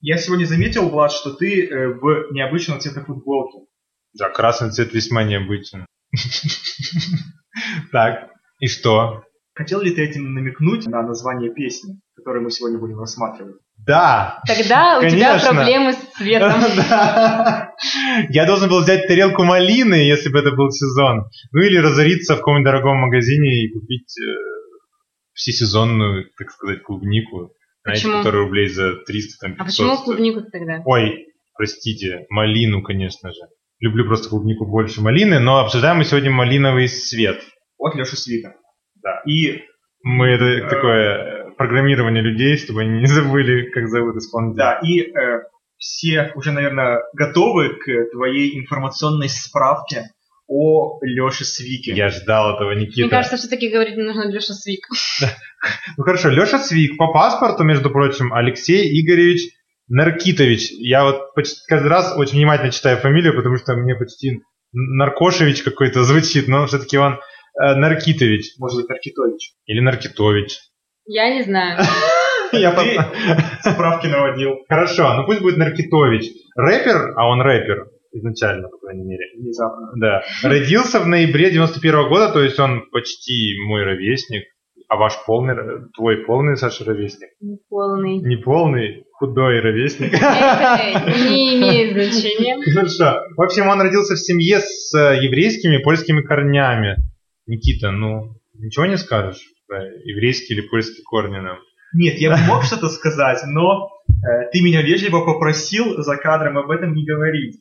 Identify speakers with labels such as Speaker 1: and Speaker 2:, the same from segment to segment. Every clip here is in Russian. Speaker 1: Я сегодня заметил, Влад, что ты э, в необычном цвета футболки.
Speaker 2: Да, красный цвет весьма необычен. Так, и что?
Speaker 1: Хотел ли ты этим намекнуть на название песни, которую мы сегодня будем рассматривать?
Speaker 2: Да!
Speaker 3: Тогда у тебя
Speaker 2: Конечно.
Speaker 3: проблемы с цветом.
Speaker 2: Да. Я должен был взять тарелку малины, если бы это был сезон. Ну или разориться в каком-нибудь дорогом магазине и купить э, всесезонную, так сказать, клубнику. Знаете,
Speaker 3: Почему?
Speaker 2: которая рублей за 300 там
Speaker 3: А
Speaker 2: 500
Speaker 3: почему
Speaker 2: стоит.
Speaker 3: клубнику тогда?
Speaker 2: Ой, простите, малину, конечно же. Люблю просто клубнику больше малины, но обсуждаем мы сегодня малиновый свет.
Speaker 1: От Леши Свита.
Speaker 2: Да.
Speaker 1: И
Speaker 2: Мы это такое э, программирование людей, чтобы они не забыли, как зовут исполнителя.
Speaker 1: да, и э, все уже, наверное, готовы к твоей информационной справке о Леше Свике.
Speaker 2: Я ждал этого, Никита.
Speaker 3: Мне кажется, все-таки говорить не нужно Леша Свик.
Speaker 2: Ну хорошо, Леша Свик по паспорту, между прочим, Алексей Игоревич Наркитович. Я вот почти каждый раз очень внимательно читаю фамилию, потому что мне почти Наркошевич какой-то звучит, но все-таки он э, Наркитович
Speaker 1: Может быть, Аркитович.
Speaker 2: или Наркитович.
Speaker 3: Я не знаю.
Speaker 2: Я
Speaker 1: Ты
Speaker 2: потом-
Speaker 1: справки наводил
Speaker 2: Хорошо, ну пусть будет Наркитович. Рэпер, а он рэпер изначально, по крайней мере.
Speaker 1: внезапно.
Speaker 2: Да. Родился в ноябре 91 года, то есть он почти мой ровесник. А ваш полный, ро- твой полный, Саша, ровесник?
Speaker 3: Полный.
Speaker 2: Не полный, худой ровесник.
Speaker 3: Это не имеет значения.
Speaker 2: Хорошо. В общем, он родился в семье с э, еврейскими и польскими корнями. Никита, ну, ничего не скажешь? про Еврейские или польские корни нам?
Speaker 1: Нет, я бы мог что-то сказать, но э, ты меня вежливо попросил за кадром об этом не говорить.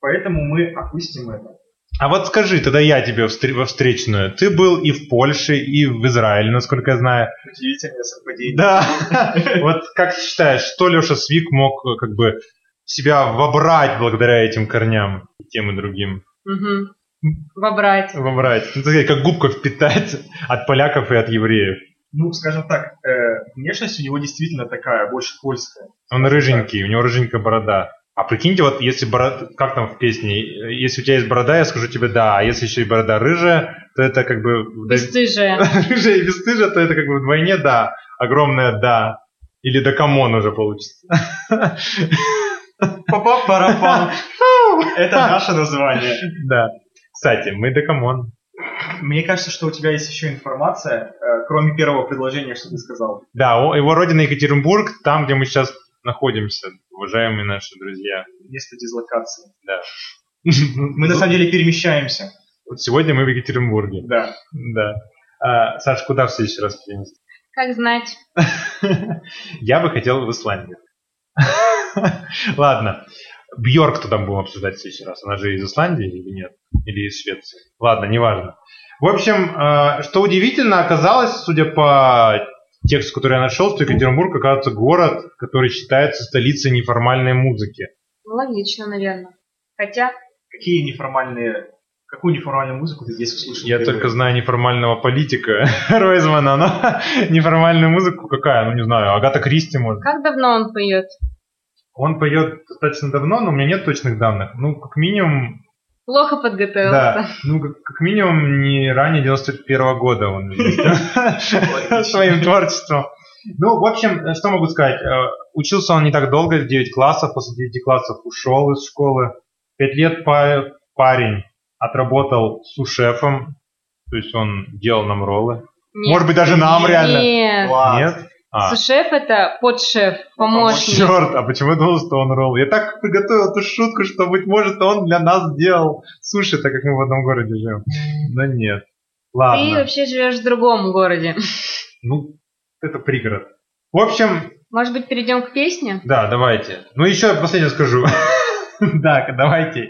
Speaker 1: Поэтому мы опустим это.
Speaker 2: А вот скажи, тогда я тебе встр- во встречную. Ты был и в Польше, и в Израиле, насколько я знаю.
Speaker 1: Удивительное совпадение.
Speaker 2: Да. Вот как ты считаешь, что Леша Свик мог э, как бы себя вобрать благодаря этим корням и тем и другим?
Speaker 3: Мгм. Вобрать.
Speaker 2: Вобрать. Ну, так сказать, как губка впитать от поляков и от евреев.
Speaker 1: Ну, скажем так, э, внешность у него действительно такая, больше польская.
Speaker 2: Он рыженький, у него рыженькая борода. А прикиньте, вот если борода, как там в песне, э, если у тебя есть борода, я скажу тебе да, а если еще и борода рыжая, то это как бы... вдов-
Speaker 3: Бесстыжие.
Speaker 2: Рыжая и бесстыжая, то это как бы вдвойне да, огромное да. Или да камон уже получится.
Speaker 1: Па-па-пара-пам. Это наше название.
Speaker 2: Да. Кстати, мы да камон.
Speaker 1: Мне кажется, что у тебя есть еще информация, э, кроме первого предложения, что ты сказал.
Speaker 2: Да, о- его родина Екатеринбург, там, где мы сейчас находимся, уважаемые наши друзья.
Speaker 1: Место дислокации. Мы
Speaker 2: Мы
Speaker 1: на самом деле перемещаемся.
Speaker 2: сегодня мы в Екатеринбурге.
Speaker 1: Да.
Speaker 2: Да. А, Саш, куда в следующий раз перенести?
Speaker 3: Как знать.
Speaker 2: Я бы хотел в Исландию. Ладно. Бьорк туда будем обсуждать в следующий раз. Она же из Исландии или нет? Или из Швеции? Ладно, неважно. В общем, а, что удивительно, оказалось, судя по тексту, который я нашел, что Екатеринбург, оказывается, город, который считается столицей неформальной музыки.
Speaker 3: Ну, Логично, наверное. Хотя,
Speaker 1: Какие неформальные... Какую неформальную музыку ты здесь услышал?
Speaker 2: Я
Speaker 1: впервые?
Speaker 2: только знаю неформального политика Ройзмана, но неформальную музыку какая? Ну, не знаю, Агата Кристи, может.
Speaker 3: как давно он поет?
Speaker 2: Он поет достаточно давно, но у меня нет точных данных. Ну, как минимум,
Speaker 3: Плохо
Speaker 2: да,
Speaker 3: подготовился.
Speaker 2: ну, как, как минимум не ранее 91 года он известен своим творчеством. Ну, в общем, что могу сказать? Э, Учился он не так долго, 9 классов, после 9 классов ушел из школы. Пять лет па- парень отработал сушефом, то есть он делал нам роллы.
Speaker 3: Нет.
Speaker 2: Может быть, даже нам реально.
Speaker 3: Нет.
Speaker 1: Класс.
Speaker 2: Нет? А.
Speaker 3: Сушеф это подшеф, помощник.
Speaker 2: Черт, а почему я думал, что он ролл? Я так приготовил эту шутку, что, быть может, он для нас делал суши, так как мы в одном городе живем. Но нет.
Speaker 3: Ты
Speaker 2: Ладно.
Speaker 3: вообще живешь в другом городе.
Speaker 2: Ну, это пригород. В общем,
Speaker 3: Может быть, перейдем к песне?
Speaker 2: да, давайте. Ну, еще я последнее скажу. Да, давайте.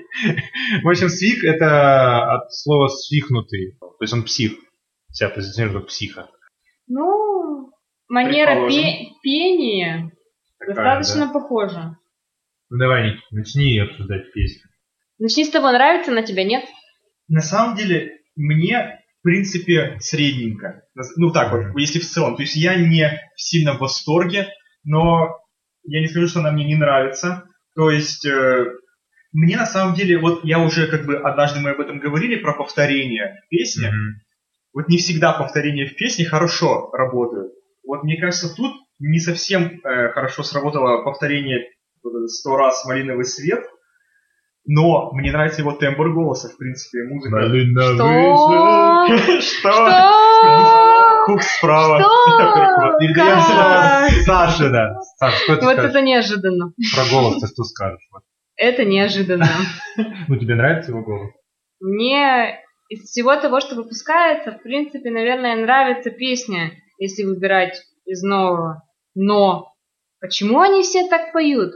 Speaker 2: В общем, свик – это от слова «свихнутый». То есть он псих. Себя позиционирует как психа.
Speaker 3: Ну, манера пе- пения
Speaker 2: Такая,
Speaker 3: достаточно
Speaker 2: да.
Speaker 3: похожа.
Speaker 2: Ну, давай, Ник, начни обсуждать песню.
Speaker 3: Начни Ну, с того, нравится она тебе, нет?
Speaker 1: На самом деле, мне, в принципе, средненько. Ну, так вот, если в целом. То есть я не сильно в восторге, но я не скажу, что она мне не нравится. То есть э, мне на самом деле, вот я уже как бы однажды мы об этом говорили, про повторение песни.
Speaker 2: Мгм.
Speaker 1: Вот не всегда повторения в песне хорошо работают. Вот мне кажется, тут не совсем э, хорошо сработало повторение вот этот сто раз малиновый свет, но мне нравится его тембр голоса, в принципе, и музыка.
Speaker 3: Что?
Speaker 1: Что?
Speaker 3: Что?
Speaker 1: Хук справа.
Speaker 3: Что?
Speaker 2: Передаем слово
Speaker 3: Как?
Speaker 2: Саше, да. Саша, что ты
Speaker 3: Вот
Speaker 2: скажешь
Speaker 3: это неожиданно.
Speaker 2: про голос, ты что скажешь? Вот.
Speaker 3: Это неожиданно.
Speaker 2: Ну, тебе нравится его голос?
Speaker 3: Мне из всего того, что выпускается, в принципе, наверное, нравится песня, если выбирать из нового. Но почему они все так поют?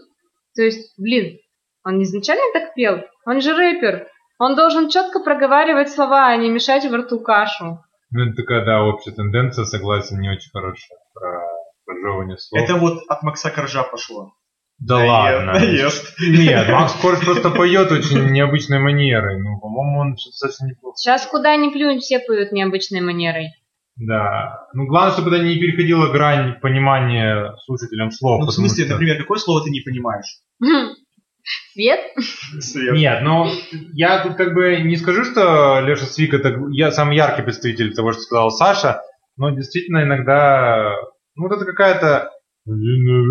Speaker 3: То есть, блин, он изначально так пел? Он же рэпер. Он должен четко проговаривать слова, а не мешать во рту кашу.
Speaker 2: Ну, это такая, да, общая тенденция, согласен, не очень хорошая про прожевывание слов.
Speaker 1: Это вот от Макса Коржа пошло.
Speaker 2: Да
Speaker 1: Наезд,
Speaker 2: ладно.
Speaker 1: наезд.
Speaker 2: Нет, Макс Корж просто поет очень необычной манерой. Ну, по-моему, он что-то совсем неплохо.
Speaker 3: Сейчас куда ни плюнь, все поют необычной манерой.
Speaker 2: Да. Ну, главное, чтобы это не переходила грань понимания слушателям слов.
Speaker 1: Ну, в
Speaker 2: потому
Speaker 1: смысле,
Speaker 2: что-
Speaker 1: например, какое слово ты не понимаешь?
Speaker 3: Свет?
Speaker 1: Свет.
Speaker 2: Нет, ну, я тут как бы не скажу, что Леша Свик это я, самый яркий представитель того, что сказал Саша, но действительно иногда, ну, вот это какая-то...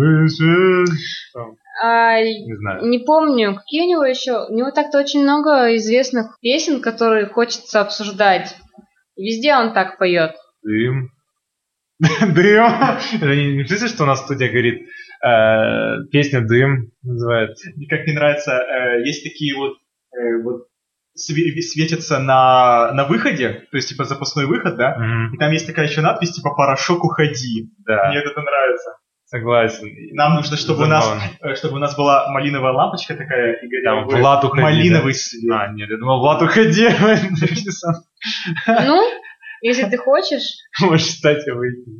Speaker 2: Не
Speaker 3: А,
Speaker 2: знаю.
Speaker 3: Не помню, какие у него еще. У него так-то очень много известных песен, которые хочется обсуждать. Везде он так поет.
Speaker 2: Дым. Дым. Это Не не в смысле, что у нас студия горит. Э, Песня «Дым» называется.
Speaker 1: Мне как мне нравится, э, есть такие вот, э, вот све- светятся на, на выходе, то есть типа запасной выход, да?
Speaker 2: Мгм,
Speaker 1: И там есть такая еще надпись типа «Порошок, уходи».
Speaker 2: Да,
Speaker 1: Мне вот это нравится.
Speaker 2: согласен.
Speaker 1: Нам нужно, чтобы у нас,
Speaker 2: Забавно.
Speaker 1: э, чтобы у нас была малиновая лампочка такая, и горел
Speaker 2: Там
Speaker 1: бы
Speaker 2: Влад уходи. да.
Speaker 1: малиновый свет.
Speaker 2: А, нет, я думал, Влад уходи. а
Speaker 3: Ну, если ты хочешь,
Speaker 2: Можешь стать и выйти.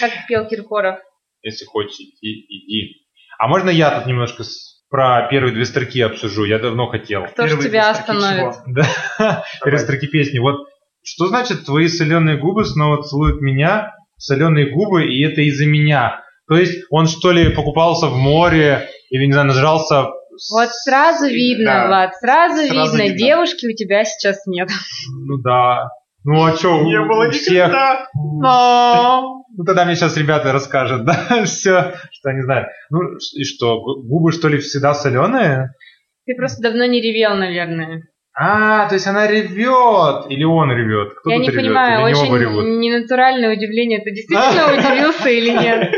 Speaker 3: как пел Киркоров.
Speaker 2: Если хочешь идти, иди. А можно я тут немножко с- про первые две строки обсужу? Я давно хотел.
Speaker 3: Кто же
Speaker 1: Первые
Speaker 3: тебя
Speaker 1: две строки
Speaker 3: остановит?
Speaker 1: чего?
Speaker 2: Да,
Speaker 1: Давай.
Speaker 2: первые строки песни. Вот что значит твои соленые губы снова целуют меня, соленые губы, и это из-за меня. То есть он что ли покупался в море или, не знаю, нажрался... с-
Speaker 3: Вот сразу видно,
Speaker 2: Да.
Speaker 3: Влад, сразу,
Speaker 1: Сразу
Speaker 3: видно,
Speaker 1: видно.
Speaker 3: девушки у тебя сейчас нет.
Speaker 2: Ну да. Ну а что,
Speaker 1: Не было
Speaker 2: всех...
Speaker 1: никогда.
Speaker 2: Ну тогда мне сейчас ребята расскажут, да, все, что они знают. Ну ш- и что, гу- губы что ли всегда соленые?
Speaker 3: Ты просто давно не ревел, наверное.
Speaker 2: А, то есть она ревет, или он ревет? Кто
Speaker 3: Я
Speaker 2: тут
Speaker 3: не
Speaker 2: ревет?
Speaker 3: понимаю,
Speaker 2: или они оба ревут?
Speaker 3: очень ненатуральное удивление. Ты действительно удивился или нет?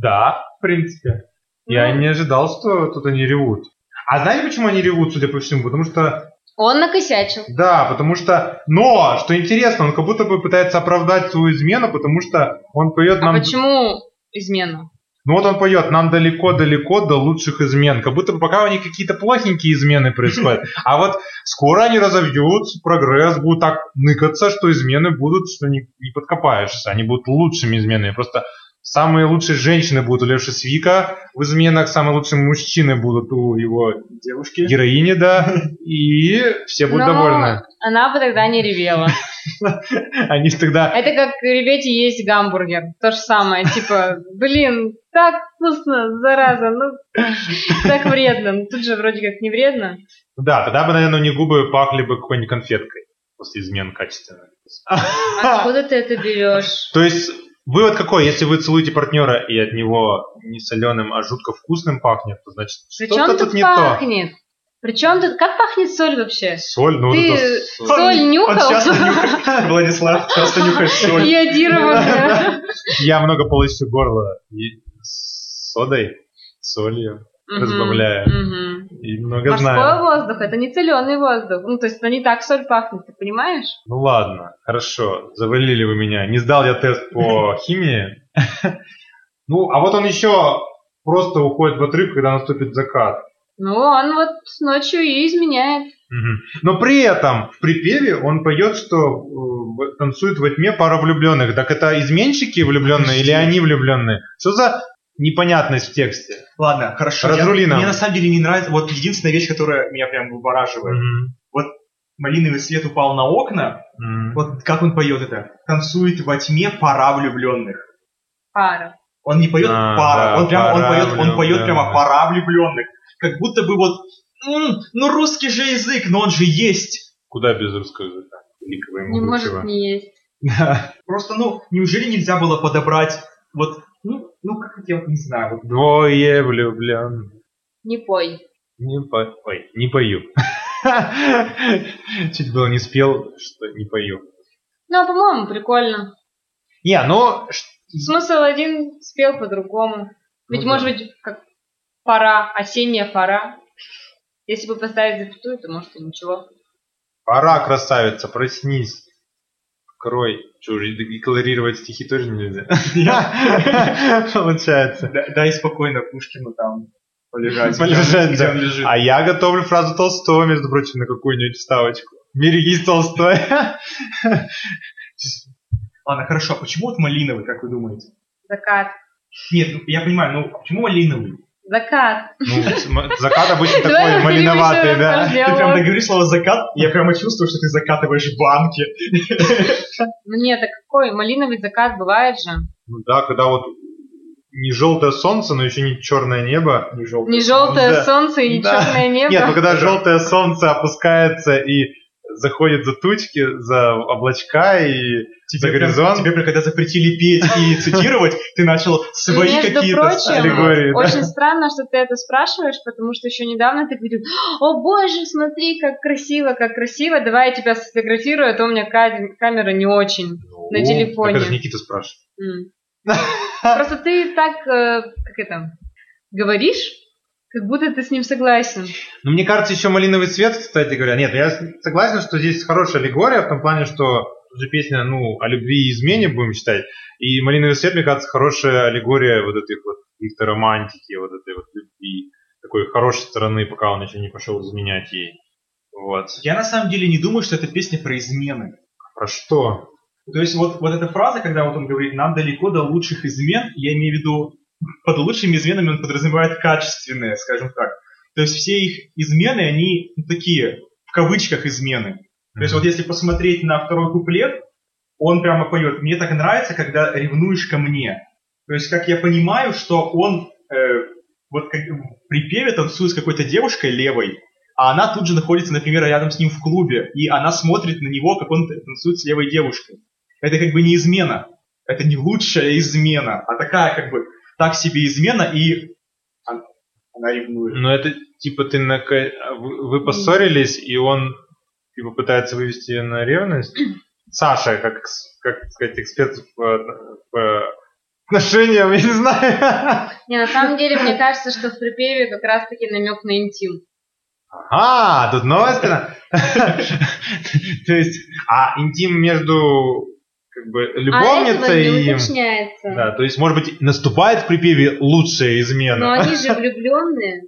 Speaker 2: Да, в принципе. Я
Speaker 3: Ну.
Speaker 2: не ожидал, что тут они ревут. А знаете, почему они ревут, судя по всему? Потому что,
Speaker 3: Он накосячил.
Speaker 2: да, потому что, но, что интересно, он как будто бы пытается оправдать свою измену, потому что он поет
Speaker 3: А
Speaker 2: нам...
Speaker 3: почему измена?
Speaker 2: Ну вот он поет, нам далеко-далеко до лучших измен. Как будто бы пока у них какие-то плохенькие измены происходят. А вот скоро они разовьются, прогресс, будут так ныкаться, что измены будут, что не, не подкопаешься. Они будут лучшими изменами. Просто самые лучшие женщины будут у Леши Свика в изменах, самые лучшие мужчины будут у его
Speaker 1: Девушки.
Speaker 2: героини, да. И все будут
Speaker 3: Но
Speaker 2: довольны.
Speaker 3: Ну, Она бы тогда не ревела.
Speaker 2: Они ж тогда...
Speaker 3: Это как реветь и есть гамбургер. То же самое, типа, блин, так вкусно, зараза, ну, так вредно. Ну, тут же вроде как не вредно.
Speaker 2: Да, тогда бы, наверное, у них губы пахли бы какой-нибудь конфеткой после измен качественной.
Speaker 3: А Откуда ты это берешь?
Speaker 2: То есть вывод какой? Если вы целуете партнера и от него не соленым, а жутко вкусным пахнет, то значит
Speaker 3: Причем
Speaker 2: что-то
Speaker 3: тут,
Speaker 2: тут, не то.
Speaker 3: пахнет? Причем тут... Как пахнет соль вообще?
Speaker 2: Соль, ну
Speaker 3: Ты-
Speaker 2: вот это соль.
Speaker 3: Соль
Speaker 1: Он
Speaker 3: нюхал?
Speaker 1: часто нюхает, Владислав часто нюхает соль.
Speaker 3: Йодированная.
Speaker 2: Я много полощу горло и с содой, солью
Speaker 3: Мгм,
Speaker 2: Разбавляю.
Speaker 3: мгм.
Speaker 2: и много
Speaker 3: Морской
Speaker 2: знаю.
Speaker 3: воздух, это не соленый воздух. Ну, то есть, это не так соль пахнет, ты понимаешь?
Speaker 2: Ну ладно, хорошо, завалили вы меня. Не сдал я тест по химии. Ну, а вот он еще просто уходит в отрыв, когда наступит закат.
Speaker 3: Ну, он вот ночью и изменяет.
Speaker 2: Мгм. Но при этом в припеве он поет, что э, в- танцует во тьме пара влюбленных. Так это изменщики влюбленные или они влюбленные? Что за непонятность в тексте?
Speaker 1: Ладно, хорошо.
Speaker 2: Разрули
Speaker 1: Я-
Speaker 2: нам.
Speaker 1: Мне на самом деле не нравится. Вот единственная вещь, которая меня прям выбораживает. Малиновый свет упал на окна.
Speaker 2: Мгм.
Speaker 1: Вот как он поет это? Танцует во тьме пора влюбленных.
Speaker 3: Пара.
Speaker 1: Он не поет
Speaker 2: А,
Speaker 1: пара,
Speaker 2: да,
Speaker 1: он прямо он
Speaker 2: пара
Speaker 1: поет, он поет
Speaker 2: влюблённых.
Speaker 1: прямо пора влюбленных. Как будто бы вот, «М, ну русский же язык, но он же есть.
Speaker 2: Куда без русского языка? Великого и
Speaker 3: Не может
Speaker 2: могучего.
Speaker 3: не есть.
Speaker 2: Да.
Speaker 1: Просто, ну, неужели нельзя было подобрать вот Ну, ну как я вот не знаю. вот.
Speaker 2: Двое влюблен.
Speaker 3: Не пой.
Speaker 2: Не по... Ой, не пою. Чуть было не спел, что не пою.
Speaker 3: Ну, а по-моему, прикольно.
Speaker 2: Не, ну, ш-
Speaker 3: Смысл один спел по-другому. Ведь,
Speaker 2: Ну да.
Speaker 3: может быть, как пора, осенняя пора. Если бы поставить запятую, то, может, и ничего.
Speaker 2: пора, красавица, проснись. Крой. Что, уже декларировать стихи тоже нельзя? Получается.
Speaker 1: Да- Дай спокойно Пушкину там полежать.
Speaker 2: Полежать,
Speaker 1: где
Speaker 2: да.
Speaker 1: он лежит.
Speaker 2: А я готовлю фразу Толстого, между прочим, на какую-нибудь вставочку. Берегись, Толстой.
Speaker 1: Ладно, хорошо, а почему вот малиновый, как вы думаете?
Speaker 3: Закат.
Speaker 1: Нет, ну, я понимаю, ну а почему малиновый?
Speaker 3: Закат.
Speaker 2: Ну, см- закат обычно
Speaker 3: Давай
Speaker 2: такой
Speaker 3: повторим
Speaker 2: малиноватый,
Speaker 3: еще раз
Speaker 2: да.
Speaker 3: наш диалог.
Speaker 1: Ты прям договоришь слово закат, я прямо чувствую, что ты закатываешь банки.
Speaker 3: Ну нет, а какой? Малиновый закат бывает же.
Speaker 2: Ну Да, когда вот не желтое солнце, но еще не черное небо. Ну
Speaker 1: Не желтый.
Speaker 3: Не желтое
Speaker 2: Да.
Speaker 3: солнце и не
Speaker 2: Да.
Speaker 3: черное небо.
Speaker 2: Нет, ну когда желтое солнце опускается и заходит за тучки, за облачка и за
Speaker 1: прям-
Speaker 2: горизонт.
Speaker 1: тебе прям когда запретили петь и цитировать, ты начал свои
Speaker 3: Между
Speaker 1: какие-то
Speaker 3: прочим,
Speaker 2: типа, аллегории, да.
Speaker 3: очень странно, что ты это спрашиваешь, потому что еще недавно ты говорил, о боже, смотри, как красиво, как красиво, давай я тебя сфотографирую, а то у меня ка- камера не очень. На
Speaker 2: О,
Speaker 3: телефоне.
Speaker 2: Ну, Так это же Никита спрашивает.
Speaker 3: М. Просто ты так, э, как это, говоришь, как будто ты с ним согласен.
Speaker 2: Ну, мне кажется, еще «Малиновый свет», кстати говоря. Нет, я с- согласен, что здесь хорошая аллегория в том плане, что тут же песня, ну, о любви и измене будем считать. И «Малиновый свет», мне кажется, хорошая аллегория вот этой вот каких-то романтики, вот этой вот любви. Такой хорошей стороны, пока он еще не пошел изменять ей. Вот.
Speaker 1: Я на самом деле не думаю, что это песня про измены.
Speaker 2: Про что?
Speaker 1: То есть вот, вот эта фраза, когда вот он говорит «нам далеко до лучших измен», я имею в виду, под лучшими изменами он подразумевает качественные, скажем так. То есть все их измены, они ну, такие, в кавычках измены. То есть вот если посмотреть на второй куплет, он прямо поет «Мне так нравится, когда ревнуешь ко мне». То есть, как я понимаю, что он э, вот как, в припеве танцует с какой-то девушкой левой, а она тут же находится, например, рядом с ним в клубе, и она смотрит на него, как он танцует с левой девушкой. Это как бы не измена. Это не лучшая измена, а такая как бы так себе измена, и она, она ревнует.
Speaker 2: Ну, это типа ты на... ка- Вы вы поссорились, и он типа пытается вывести ее на ревность. Саша, как, экс- как сказать, эксперт по, по отношениям, я не знаю.
Speaker 3: Не, на самом деле, мне кажется, что в припеве как раз-таки намек на интим.
Speaker 2: А, тут новая сторона. То есть, а интим между как бы
Speaker 3: а этого
Speaker 2: любовницей
Speaker 3: не
Speaker 2: и им.
Speaker 3: уточняется.
Speaker 2: Да, то есть, может быть, наступает в припеве лучшая
Speaker 3: Но
Speaker 2: измена.
Speaker 3: они же влюбленные,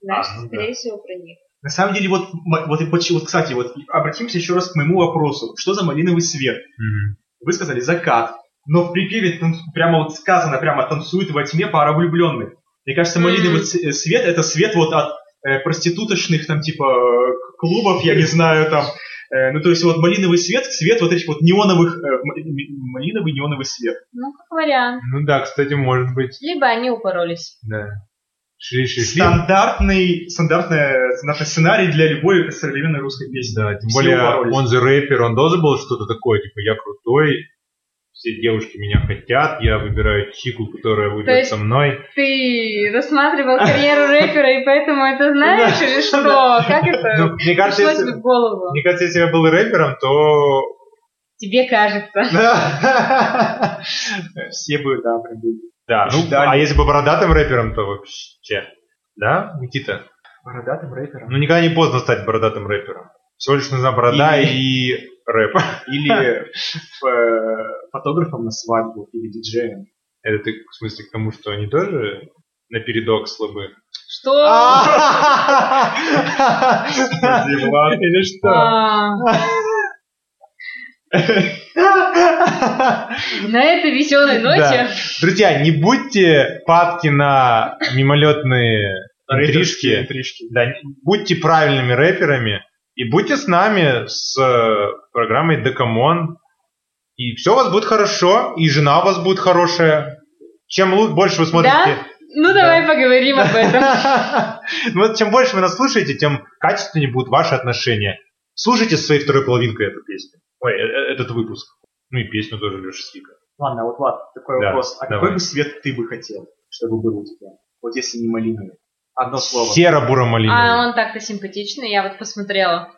Speaker 3: значит,
Speaker 2: А, ну
Speaker 3: скорее всего, про них.
Speaker 1: На самом деле, вот, м- вот, и поч- вот, кстати, вот обратимся еще раз к моему вопросу. Что за малиновый свет?
Speaker 2: Мгм.
Speaker 1: Вы сказали закат, но в припеве тан- прямо вот сказано, прямо танцует во тьме пара влюбленных. Мне кажется, малиновый
Speaker 3: Мгм.
Speaker 1: ц- э, свет это свет вот от э, проституточных там типа э, к- клубов, я не знаю там. Э, ну то есть вот малиновый свет, свет вот этих вот неоновых, э, м- м- малиновый неоновый свет.
Speaker 3: Ну, как вариант.
Speaker 2: Ну да, кстати, может быть.
Speaker 3: Либо они упоролись.
Speaker 2: Да. Шли, шли, шли.
Speaker 1: Стандартный, стандартная- стандартный сценарий для любой современной русской песни.
Speaker 2: Да, тем
Speaker 1: Все
Speaker 2: более
Speaker 1: боролись.
Speaker 2: он же рэпер, он должен был что-то такое, типа я крутой, все девушки меня хотят, я выбираю чику, которая выйдет
Speaker 3: есть-
Speaker 2: со мной.
Speaker 3: Ты рассматривал карьеру рэпера, и поэтому это знаешь или что? Как
Speaker 2: Ну,
Speaker 3: это
Speaker 2: мне, кажется,
Speaker 3: э, пришлось
Speaker 2: если,
Speaker 3: в голову?
Speaker 2: мне кажется, если я был рэпером, то...
Speaker 3: Тебе
Speaker 2: А,
Speaker 3: кажется.
Speaker 2: Да,
Speaker 1: Все бы, да, прям были.
Speaker 2: Да, ну,
Speaker 1: Ждали.
Speaker 2: а если бы бородатым рэпером, то вообще. Да, Никита?
Speaker 1: Бородатым рэпером.
Speaker 2: Ну, никогда не поздно стать бородатым рэпером. Всего лишь нужна борода и рэп.
Speaker 1: Или э, фотографом на свадьбу, или диджеем.
Speaker 2: Это ты, в смысле, к тому, что они тоже напередок слабы?
Speaker 3: Что?
Speaker 2: Или
Speaker 1: Влад.
Speaker 2: что?
Speaker 3: А, На этой веселой ноте.
Speaker 2: Да. Друзья, не будьте падки на мимолетные
Speaker 1: Рейдерские
Speaker 2: интрижки.
Speaker 1: интрижки.
Speaker 2: Да, не- будьте правильными рэперами и будьте с нами с э, программой Декамон. И все у вас будет хорошо, и жена у вас будет хорошая. Чем лу- больше вы смотрите...
Speaker 3: Ну, давай поговорим об этом.
Speaker 2: Ну, вот чем больше вы нас слушаете, тем качественнее будут ваши отношения. Слушайте со своей второй половинкой эту песню. Ой, э- э, этот выпуск. Ну и песню тоже Леша Слика.
Speaker 1: Ладно, а вот ладно, такой
Speaker 2: Да,
Speaker 1: вопрос. А
Speaker 2: давай.
Speaker 1: какой бы цвет ты бы хотел, чтобы был у тебя? Вот если не малиновый. Одно слово.
Speaker 2: Серо-буро-малиновый.
Speaker 3: А он так-то симпатичный, я вот посмотрела.